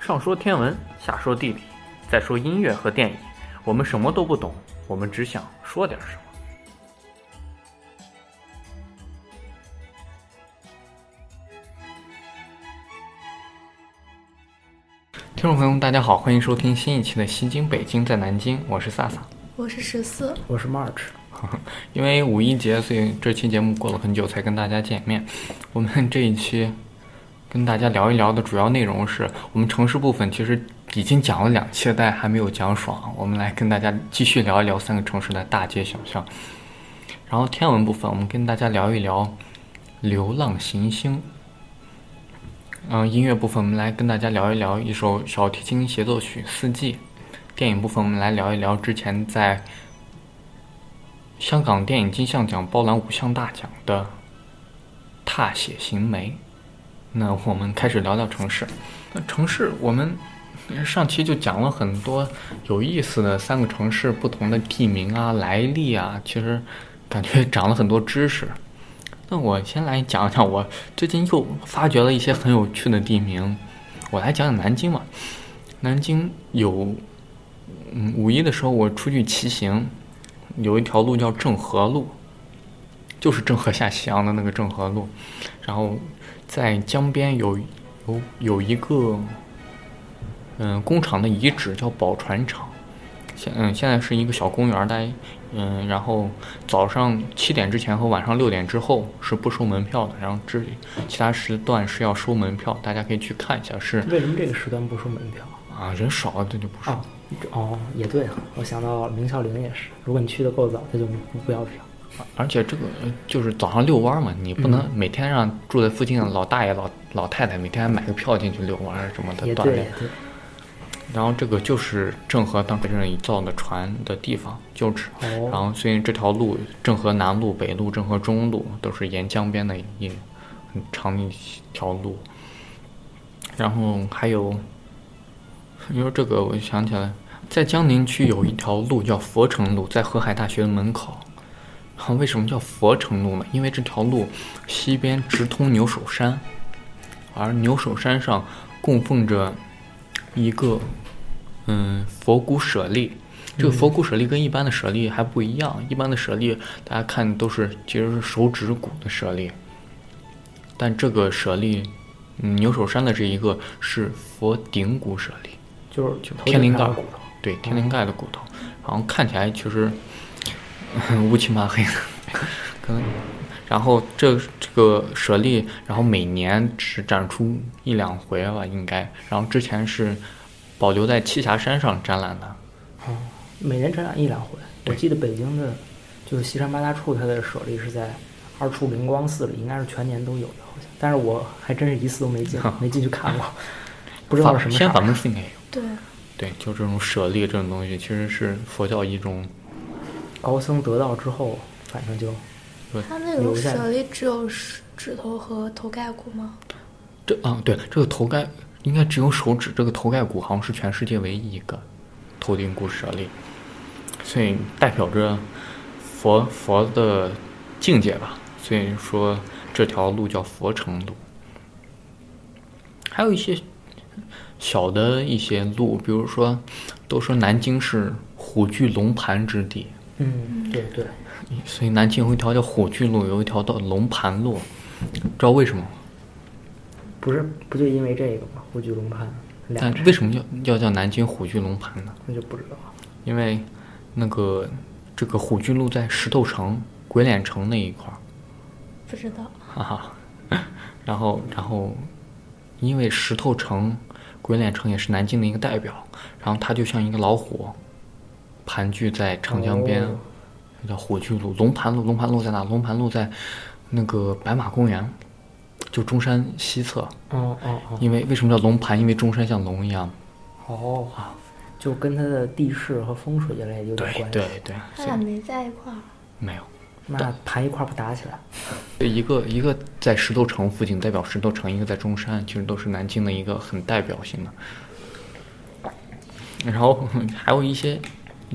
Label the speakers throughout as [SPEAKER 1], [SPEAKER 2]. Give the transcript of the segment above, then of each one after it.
[SPEAKER 1] 上说天文，下说地理，再说音乐和电影，我们什么都不懂，我们只想说点什么。听众朋友们，大家好，欢迎收听新一期的《西京北京在南京》，我是萨萨。
[SPEAKER 2] 我是十四，
[SPEAKER 3] 我是 March，
[SPEAKER 1] 因为五一节，所以这期节目过了很久才跟大家见面。我们这一期跟大家聊一聊的主要内容是我们城市部分其实已经讲了两期了，但还没有讲爽。我们来跟大家继续聊一聊三个城市的大街小巷。然后天文部分，我们跟大家聊一聊流浪行星。嗯、音乐部分，我们来跟大家聊一聊一首小提琴协奏曲《四季》。电影部分，我们来聊一聊之前在香港电影金像奖包揽五项大奖的《踏雪寻梅》。那我们开始聊聊城市。那城市，我们上期就讲了很多有意思的三个城市不同的地名啊、来历啊，其实感觉长了很多知识。那我先来讲讲，我最近又发掘了一些很有趣的地名。我来讲讲南京嘛。南京有，嗯，五一的时候我出去骑行，有一条路叫郑和路，就是郑和下西洋的那个郑和路。然后在江边有有有一个，嗯，工厂的遗址叫宝船厂。现嗯，现在是一个小公园儿，大家嗯，然后早上七点之前和晚上六点之后是不收门票的，然后这里其他时段是要收门票，大家可以去看一下。是
[SPEAKER 3] 为什么这个时段不收门票
[SPEAKER 1] 啊，人少这就不是。
[SPEAKER 3] 啊？哦，也对哈、我想到明孝陵也是，如果你去的够早，他就不不要票。
[SPEAKER 1] 而且这个呃就是早上遛弯儿嘛，你不
[SPEAKER 3] 嗯
[SPEAKER 1] 能每天让住在附近的老大爷、老老太太每天买个票进去遛弯儿什么的
[SPEAKER 3] 也
[SPEAKER 1] 锻
[SPEAKER 3] 对，
[SPEAKER 1] 炼
[SPEAKER 3] 也。对，
[SPEAKER 1] 然后这个就是郑和当时这里造的船的地方旧址，
[SPEAKER 3] 哦
[SPEAKER 1] 然后所以这条路郑和南路、北路、郑和中路都是沿江边的一很长的一条路。然后还有，因为这个我想起来，在江宁区有一条路叫佛城路，在河海大学的门口。然后为什么叫佛城路呢？因为这条路西边直通牛首山，而牛首山上供奉着一个嗯佛骨舍利。这个佛骨舍利跟一般的舍利还不一样，一般的舍利大家看都是其实是手指骨的舍利，但这个舍利，嗯牛首山的这一个是佛顶骨舍利。
[SPEAKER 3] 就是
[SPEAKER 1] 就
[SPEAKER 3] 头
[SPEAKER 1] 天灵
[SPEAKER 3] 顶
[SPEAKER 1] 盖
[SPEAKER 3] 上
[SPEAKER 1] 儿
[SPEAKER 3] 的骨头。嗯
[SPEAKER 1] 对，天灵盖的骨头，然后看起来其实嗯乌漆嘛黑的，可能。然后这这个舍利，然后每年只展出一两回吧，应该。然后之前是保留在栖霞山上展览的，
[SPEAKER 3] 哦，每年展览一两回。我记得北京的，就是西山八大处，它的舍利是在二处灵光寺里，应该是全年都有的，好像。但是我还真是一次都 没进，没进去看过，不知道
[SPEAKER 1] 法
[SPEAKER 3] 是什么色
[SPEAKER 1] 先
[SPEAKER 3] 儿
[SPEAKER 1] 法门寺应该有。
[SPEAKER 2] 对，
[SPEAKER 1] 对，就这种舍利这种东西，其实是佛教一种
[SPEAKER 3] 高僧得道之后，反正就
[SPEAKER 2] 它那种
[SPEAKER 3] 留下
[SPEAKER 2] 舍利只有指指头和头盖骨吗？
[SPEAKER 1] 这啊，对，这个头盖应该只有手指，这个头盖骨好像是全世界唯一一个头顶骨舍利，所以代表着佛佛的境界吧。所以说这条路叫佛城路，还有一些小的一些路，比如说，都说南京是虎踞龙盘之地，
[SPEAKER 3] 嗯，对对，
[SPEAKER 1] 所以南京有一条叫虎踞路，有一条叫龙盘路，知道为什么吗？
[SPEAKER 3] 不是不就因为这个吗？虎踞龙盘，两
[SPEAKER 1] 但为什么要要叫南京虎踞龙盘呢？
[SPEAKER 3] 那就不知道了。
[SPEAKER 1] 因为那个这个虎踞路在石头城、鬼脸城那一块儿，
[SPEAKER 2] 不知道。
[SPEAKER 1] 哈哈。然后，然后，因为石头城、鬼脸城也是南京的一个代表，然后它就像一个老虎，盘踞在长江边，
[SPEAKER 3] 哦
[SPEAKER 1] 就叫虎踞路。龙盘路，龙盘路在哪？龙盘路在那个白马公园，就中山西侧。
[SPEAKER 3] 哦哦哦，
[SPEAKER 1] 因为为什么叫龙盘？因为中山像龙一样。
[SPEAKER 3] 哦，就跟它的地势和风水之类有点关系。
[SPEAKER 1] 对对，
[SPEAKER 2] 它
[SPEAKER 1] 所以
[SPEAKER 2] 俩没在一块儿，
[SPEAKER 1] 没有。
[SPEAKER 3] 那盘一块儿不打起来？
[SPEAKER 1] 一个一个在石头城附近代表石头城，一个在中山，其实都是南京的一个很代表性的。然后 还有一些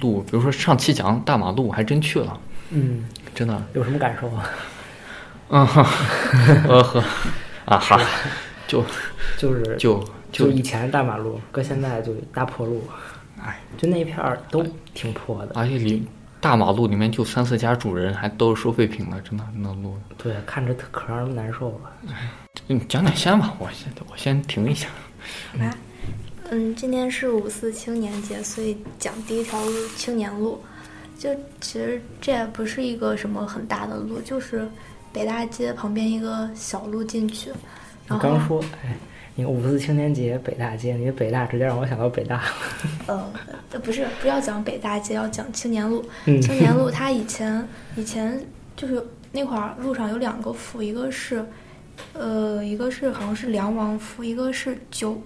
[SPEAKER 1] 路，比如说上期讲大马路，我还真去了，
[SPEAKER 3] 嗯，
[SPEAKER 1] 真的，
[SPEAKER 3] 有什么感受 啊？
[SPEAKER 1] 嗯，呵，呃呵，啊哈，就
[SPEAKER 3] 就 是
[SPEAKER 1] 就
[SPEAKER 3] 就以前是大马路，搁现在就大破路，
[SPEAKER 1] 哎，啊
[SPEAKER 3] 就那一片儿都挺破的。
[SPEAKER 1] 而且里大马路里面就三四家主人，还都是收废品的，真的那路。
[SPEAKER 3] 对，看着特可让人难受啊了。
[SPEAKER 1] 你讲点先吧，我先我先停一下。
[SPEAKER 2] 好吧，嗯，今天是五四青年节，所以讲第一条路青年路。就其实这也不是一个什么很大的路，就是北大街旁边一个小路进去。
[SPEAKER 3] 你
[SPEAKER 2] 然后
[SPEAKER 3] 刚说，哎，你五四青年节北大街，你北大直接让我想到北大了。
[SPEAKER 2] 呃，不是，不要讲北大街，要讲青年路。
[SPEAKER 3] 嗯
[SPEAKER 2] 青年 路它以前以前就是那会儿路上有两个府，一个是呃，一个是好像是梁王府，一个是九，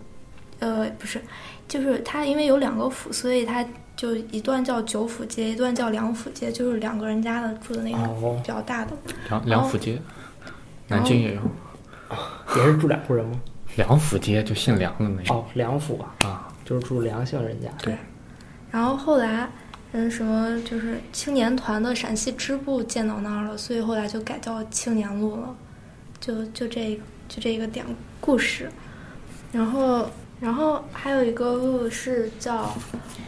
[SPEAKER 2] 呃，不是，就是它因为有两个府，所以它就一段叫九府街，一段叫梁府街，就是两个人家的住的那个
[SPEAKER 3] 哦
[SPEAKER 2] 比较大的。
[SPEAKER 1] 梁梁府街，南京也有
[SPEAKER 3] 也是住两户人吗？
[SPEAKER 1] 梁府街，就姓梁的那个、
[SPEAKER 3] 哦，梁府啊，
[SPEAKER 1] 啊。
[SPEAKER 3] 就是住梁姓人家。
[SPEAKER 2] 对，然后后来，嗯，什么就是青年团的陕西支部建到那儿了，所以后来就改叫青年路了，就就这就这一个典故事。然后，然后还有一个路是叫，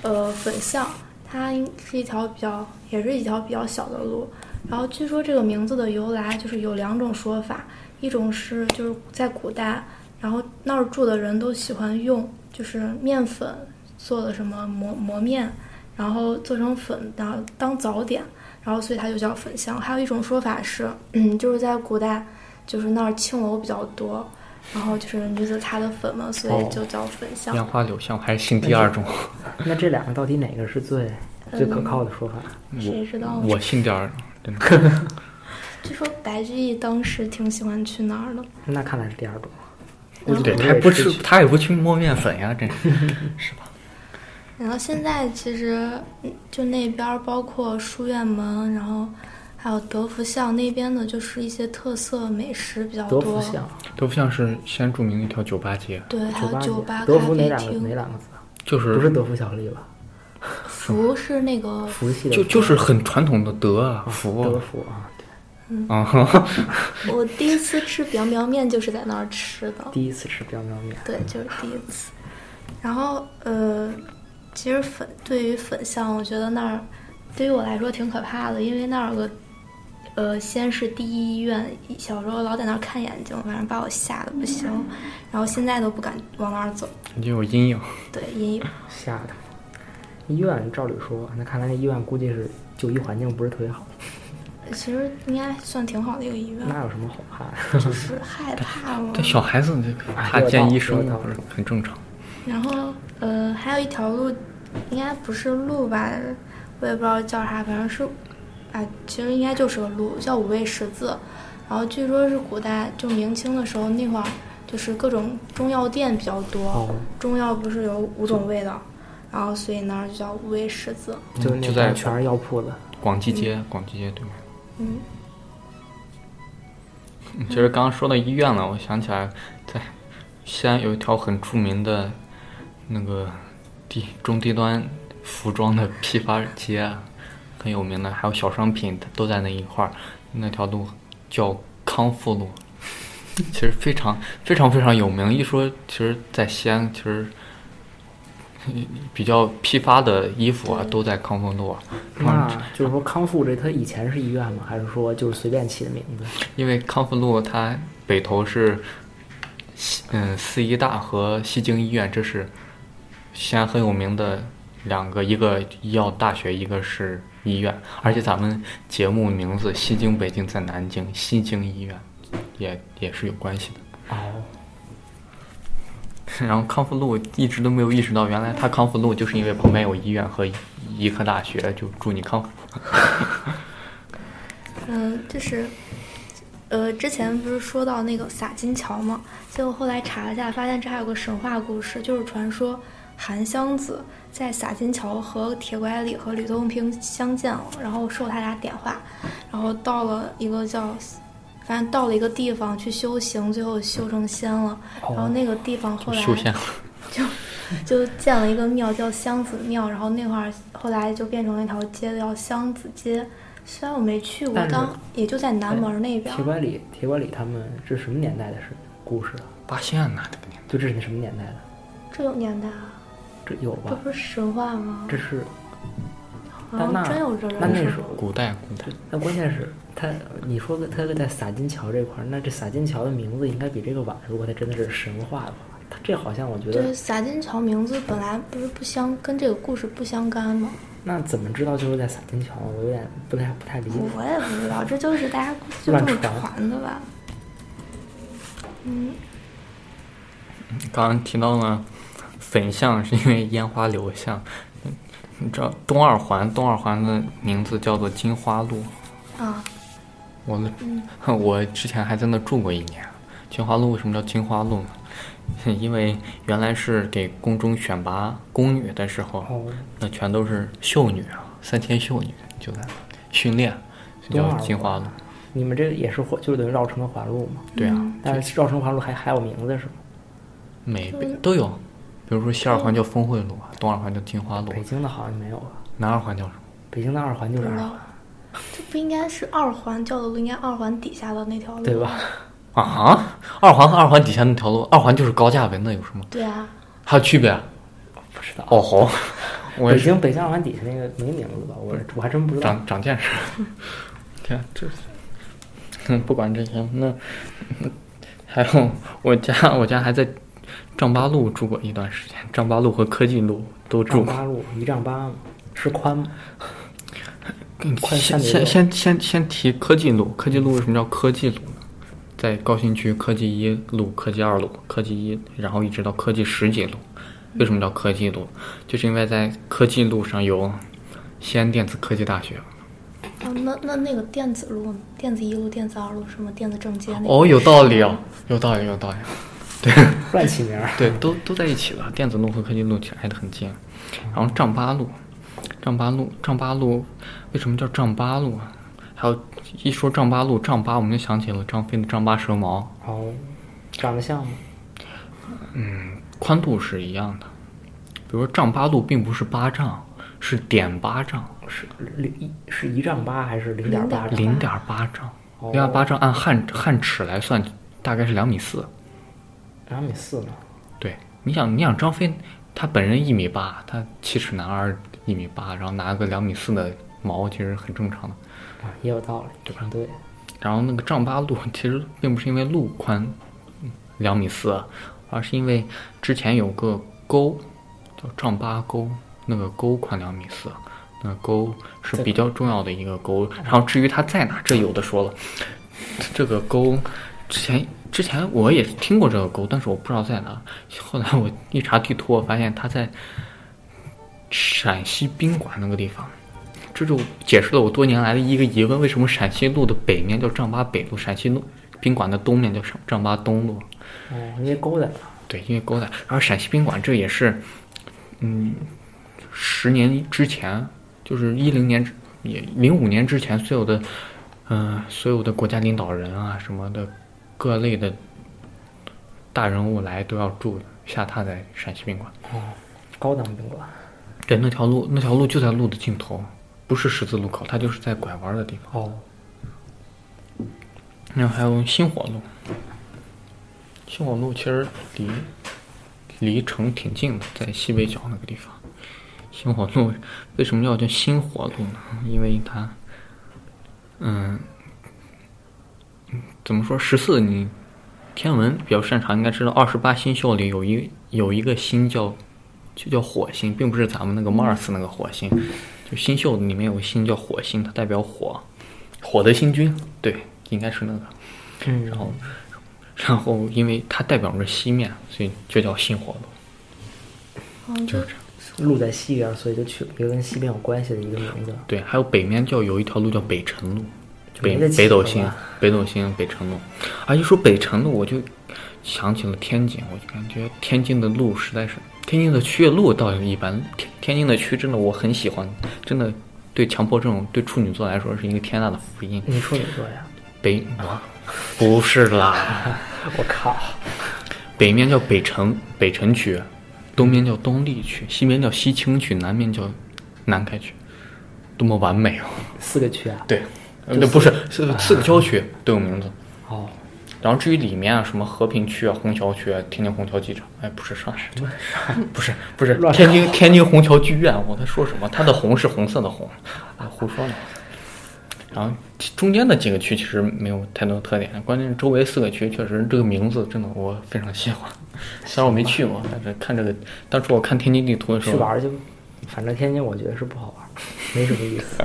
[SPEAKER 2] 呃，粉巷，它应是一条比较，也是一条比较小的路。然后据说这个名字的由来就是有两种说法，一种是就是在古代，然后那儿住的人都喜欢用就是面粉做的什么磨磨面，然后做成粉，然后当早点，然后所以它就叫粉香。还有一种说法是， 嗯，就是在古代，就是那儿青楼比较多，然后就是女子擦的粉嘛，所以就叫粉香。
[SPEAKER 1] 烟花柳巷，我还是信第二种，
[SPEAKER 3] 那这两个到底哪个是最最可靠的说法？
[SPEAKER 2] 谁知道呢？
[SPEAKER 1] 我信第二种，真的。
[SPEAKER 2] 据说白居易当时挺喜欢去那儿的，
[SPEAKER 3] 那看来是第二种。
[SPEAKER 2] 然后
[SPEAKER 1] 对他也不吃，他也不去摸面粉呀，真是是吧？
[SPEAKER 2] 然后现在其实嗯就那边儿包括书院门，然后还有德福巷那边的，就是一些特色美食比较
[SPEAKER 3] 德
[SPEAKER 2] 多。
[SPEAKER 3] 福巷，
[SPEAKER 1] 都不像是西安著名的一条酒吧街，
[SPEAKER 2] 对，还有酒
[SPEAKER 3] 酒
[SPEAKER 2] 吧、咖
[SPEAKER 3] 吧街，德福哪
[SPEAKER 2] 啡
[SPEAKER 3] 两个哪
[SPEAKER 2] 厅。
[SPEAKER 3] 两个字啊？
[SPEAKER 1] 就是
[SPEAKER 3] 不是德芙巧克力吧？
[SPEAKER 2] 福是那个
[SPEAKER 3] 福系的
[SPEAKER 1] 就
[SPEAKER 3] 福
[SPEAKER 1] 就是很传统的德啊福
[SPEAKER 3] 德
[SPEAKER 1] 啊
[SPEAKER 3] 芙啊。对
[SPEAKER 1] 啊，
[SPEAKER 2] 我第一次吃 biang biang 面就是在那儿吃的，
[SPEAKER 3] 第一次吃彪彪面，
[SPEAKER 2] 对，就是第一次。然后呃，其实粉对于粉巷，我觉得那儿对于我来说挺可怕的，因为那儿有个呃，先是第一医院，小时候老在那儿看眼睛，反正把我吓得不行，然后现在都不敢往那儿走，
[SPEAKER 1] 你就有阴影。
[SPEAKER 2] 对阴影。
[SPEAKER 3] 吓的。医院照理说，那看来那医院估计是就医环境不是特别好，
[SPEAKER 2] 其实应该算挺好的一个医院，
[SPEAKER 3] 那有什么好怕的？
[SPEAKER 1] 嗯
[SPEAKER 2] 就是害怕嘛。
[SPEAKER 1] 对小孩子这个
[SPEAKER 3] 哎
[SPEAKER 1] 怕见医生不是很正常？
[SPEAKER 2] 然后呃，还有一条路，应该不是路吧，我也不知道叫啥，反正是，啊，其实应该就是个路，叫五味十字。然后据说是古代就明清的时候那会儿，就是各种中药店比较多，
[SPEAKER 3] 哦
[SPEAKER 2] 中药不是有五种味道，然后所以那儿就叫五味十字。
[SPEAKER 3] 就是那
[SPEAKER 1] 就在
[SPEAKER 3] 边全是药铺子，
[SPEAKER 1] 广济街，广济街对吗？
[SPEAKER 2] 嗯，
[SPEAKER 1] 其实刚刚说到医院了，我想起来，在西安有一条很著名的那个低中低端服装的批发街啊，很有名的，还有小商品都在那一块儿。那条路叫康复路，其实非常非常非常有名。一说，其实，在西安，其实嗯比较批发的衣服啊，都在康复路啊。
[SPEAKER 3] 那就是说康复这它以前是医院吗？还是说就是随便起的名字？
[SPEAKER 1] 因为康复路它北头是西嗯四医大和西京医院，这是西安很有名的两个，一个医药大学，一个是医院。而且咱们节目名字“西京北京在南京”，西京医院也也是有关系的。
[SPEAKER 3] 哦，
[SPEAKER 1] 然后康复路一直都没有意识到，原来它康复路就是因为旁边有医院和医医科大学，就祝你康复。
[SPEAKER 2] 嗯，就是，呃，之前不是说到那个洒金桥吗？结果后来查了一下，发现这还有个神话故事，就是传说韩湘子在洒金桥和铁拐李和吕洞宾相见了，然后受他俩点化，然后到了一个叫，反正到了一个地方去修行，最后修成仙了。然后那个地方后来
[SPEAKER 1] 哦修仙了，
[SPEAKER 2] 就建了一个庙叫湘子庙，然后那块儿后来就变成了一条街叫湘子街。虽然我没去过
[SPEAKER 3] 但，是哎
[SPEAKER 2] 当也就在南门那边
[SPEAKER 3] 铁。拐李，铁拐李他们这是什么年代的事故事啊？
[SPEAKER 1] 八仙啊，那这个年代
[SPEAKER 3] 就这是什么年代的？
[SPEAKER 2] 这有年代啊？
[SPEAKER 3] 这有
[SPEAKER 2] 这
[SPEAKER 3] 吧？
[SPEAKER 2] 不是神话吗？
[SPEAKER 3] 这是，
[SPEAKER 2] 好
[SPEAKER 3] 但那
[SPEAKER 2] 像真有这
[SPEAKER 3] 那
[SPEAKER 2] 人
[SPEAKER 3] 那
[SPEAKER 2] 是
[SPEAKER 3] 时候
[SPEAKER 1] 古代古代，
[SPEAKER 3] 那关键是他，你说他在洒金桥这块儿，那这洒金桥的名字应该比这个晚。如果他真的是神话的话，他这好像我觉
[SPEAKER 2] 就
[SPEAKER 3] 得
[SPEAKER 2] 是，洒金桥名字本来不是不相跟这个故事不相干吗？
[SPEAKER 3] 那怎么知道就是在洒金桥？我有点不太不太理解。
[SPEAKER 2] 我也不知道，这就是大家就这
[SPEAKER 3] 乱
[SPEAKER 2] 么
[SPEAKER 3] 传
[SPEAKER 2] 传的吧？嗯，
[SPEAKER 1] 刚刚提到了粉巷是因为烟花流巷，嗯你知道东二环东二环的名字叫做金花路，
[SPEAKER 2] 啊，
[SPEAKER 1] 我的
[SPEAKER 2] 嗯，
[SPEAKER 1] 我之前还在那住过一年。金花路为什么叫金花路呢？因为原来是给宫中选拔宫女的时候，
[SPEAKER 3] 哦，
[SPEAKER 1] 那全都是秀女啊，三千秀女就在那训练，就
[SPEAKER 3] 东
[SPEAKER 1] 叫
[SPEAKER 3] 二
[SPEAKER 1] 金花路
[SPEAKER 3] 环。你们这个也是环，就是等于绕城的环路嘛？
[SPEAKER 1] 对啊，
[SPEAKER 3] 但是绕城环路还还有名字是吗？
[SPEAKER 1] 每
[SPEAKER 2] 就是
[SPEAKER 1] 都有，比如说西二环叫峰会路啊，东二环叫金花路，
[SPEAKER 3] 北京的好像没有吧？
[SPEAKER 1] 南二环叫什么？
[SPEAKER 3] 北京的二环就
[SPEAKER 2] 不
[SPEAKER 3] 是
[SPEAKER 2] 知
[SPEAKER 3] 二
[SPEAKER 2] 道
[SPEAKER 3] 环，，
[SPEAKER 2] 这不应该是二环叫的路，应该二环底下的那条路，
[SPEAKER 3] 对吧？？
[SPEAKER 1] 啊，二环和二环底下那条路，二环就是高架呗，那有什么？
[SPEAKER 2] 对啊，
[SPEAKER 1] 还有区别？
[SPEAKER 3] 不知道。
[SPEAKER 1] 哦吼， 我也
[SPEAKER 3] 北
[SPEAKER 1] 是
[SPEAKER 3] 京北京二环底下那个没名字吧？我我还真不知道。
[SPEAKER 1] 长长见识。 看这，嗯， 不管这些，那还有我家，我家还在丈八路住过一段时间，丈八路和科技路都住
[SPEAKER 3] 丈
[SPEAKER 1] 过。
[SPEAKER 3] 八路一丈八嘛，是宽吗？
[SPEAKER 1] 嗯
[SPEAKER 3] 快
[SPEAKER 1] 先
[SPEAKER 3] 306
[SPEAKER 1] 先先先先提科技路，科技路为什么叫科技路呢？在高新区科技一路、科技二路、科技一，然后一直到科技十几路。为什么叫科技路？就是因为在科技路上有西安电子科技大学。
[SPEAKER 2] 啊，那那那个电子路呢？电子一路、电子二路，什么电子正街那个
[SPEAKER 1] 哦，有道理哦，有道理，有道理。
[SPEAKER 3] 乱起名儿。
[SPEAKER 1] 对，都都在一起了。电子路和科技路其实挨得很近。然后丈八路，丈八路，丈八路，为什么叫丈八路啊？还有一说丈八路，丈八我们就想起了张飞的丈八蛇矛。
[SPEAKER 3] 哦，长得像吗？
[SPEAKER 1] 宽度是一样的。比如说丈八路并不是巴丈，是点八丈，
[SPEAKER 3] 是零一是一丈八还是零点
[SPEAKER 2] 0.8
[SPEAKER 3] 八
[SPEAKER 2] 丈
[SPEAKER 1] 零点八丈，
[SPEAKER 3] 哦
[SPEAKER 1] 零点八丈按汉汉尺来算，大概是两米四。
[SPEAKER 3] 两米四呢？
[SPEAKER 1] 对，你想，你想张飞他本人一米八，他七尺男儿一米八，然后拿个两米四的矛，其实很正常的。
[SPEAKER 3] 啊，也有道理，对吧？对，
[SPEAKER 1] 然后那个丈八路 其实并不是因为路宽两米四啊，而是因为之前有个沟叫丈八沟，那个沟宽两米四，那个沟是比较重要的一个沟。然后至于它在哪，这有的说了。这个沟之前之前我也听过这个沟，但是我不知道在哪。后来我一查地图，我发现它在陕西宾馆那个地方。这就解释了我多年来的一个疑问：为什么陕西路的北面叫丈八北路，陕西路宾馆的东面叫丈八东路？
[SPEAKER 3] 哦，因为勾在哪儿？
[SPEAKER 1] 对，因为勾搭。然后陕西宾馆这也是，嗯，十年之前，就是一零年之也零五年之前，所有的，嗯、所有的国家领导人啊什么的，各类的大人物来都要住下榻在陕西宾馆。
[SPEAKER 3] 哦，高档宾馆。
[SPEAKER 1] 对，那条路那条路就在路的尽头，不是十字路口，它就是在拐弯的地方。
[SPEAKER 3] 哦，
[SPEAKER 1] 那还有星火路，星火路其实离离城挺近的，在西北角那个地方。星火路为什么要叫星火路呢？因为它，嗯，怎么说？十四，你天文比较擅长，应该知道二十八星宿里有一有一个星叫就叫火星，并不是咱们那个 Mars 那个火星，就星宿里面有个星叫火星，它代表火，火的星君，对，应该是那个。
[SPEAKER 3] 嗯，
[SPEAKER 1] 然后，然后因为它代表着西面，所以就叫星火路，
[SPEAKER 2] 好像
[SPEAKER 1] 就
[SPEAKER 2] 就是
[SPEAKER 1] 这样。
[SPEAKER 3] 路在西边，所以就取了一个跟西边有关系的一个名字。
[SPEAKER 1] 对，还有北面叫有一条路叫北辰路，
[SPEAKER 3] 就
[SPEAKER 1] 北
[SPEAKER 3] 没得起
[SPEAKER 1] 北斗
[SPEAKER 3] 了
[SPEAKER 1] 星
[SPEAKER 3] 吧，
[SPEAKER 1] 北斗星北辰路。啊，一说北辰路，我就想起了天津，我就感觉天津的路实在是，天津的区域路倒是一般，天天津的区真的我很喜欢，真的对强迫症对处女座来说是一个天大的福音。
[SPEAKER 3] 你处女座呀？
[SPEAKER 1] 北我不是啦。
[SPEAKER 3] 我靠！
[SPEAKER 1] 北面叫北城北城区，东面叫东丽区，西面叫西青区，南面叫南开区，多么完美哦！
[SPEAKER 3] 四个区啊？
[SPEAKER 1] 对，呃，不是是四个郊区都有名字，
[SPEAKER 3] 哦，
[SPEAKER 1] 然后至于里面啊，什么和平区啊、虹桥区、啊、天津虹桥机场，哎，不是上海，不是不是
[SPEAKER 3] 乱
[SPEAKER 1] 天津天津虹桥剧院，我在说什么？它的红是红色的红，我胡说呢。然后其中间的几个区其实没有太多特点，关键是周围四个区确实这个名字真的我非常喜欢，虽然我没去过，但是看这个当初我看天津地图的时
[SPEAKER 3] 去
[SPEAKER 1] 候，
[SPEAKER 3] 玩儿去吧。反正天津我觉得是不好玩儿，没什么意思。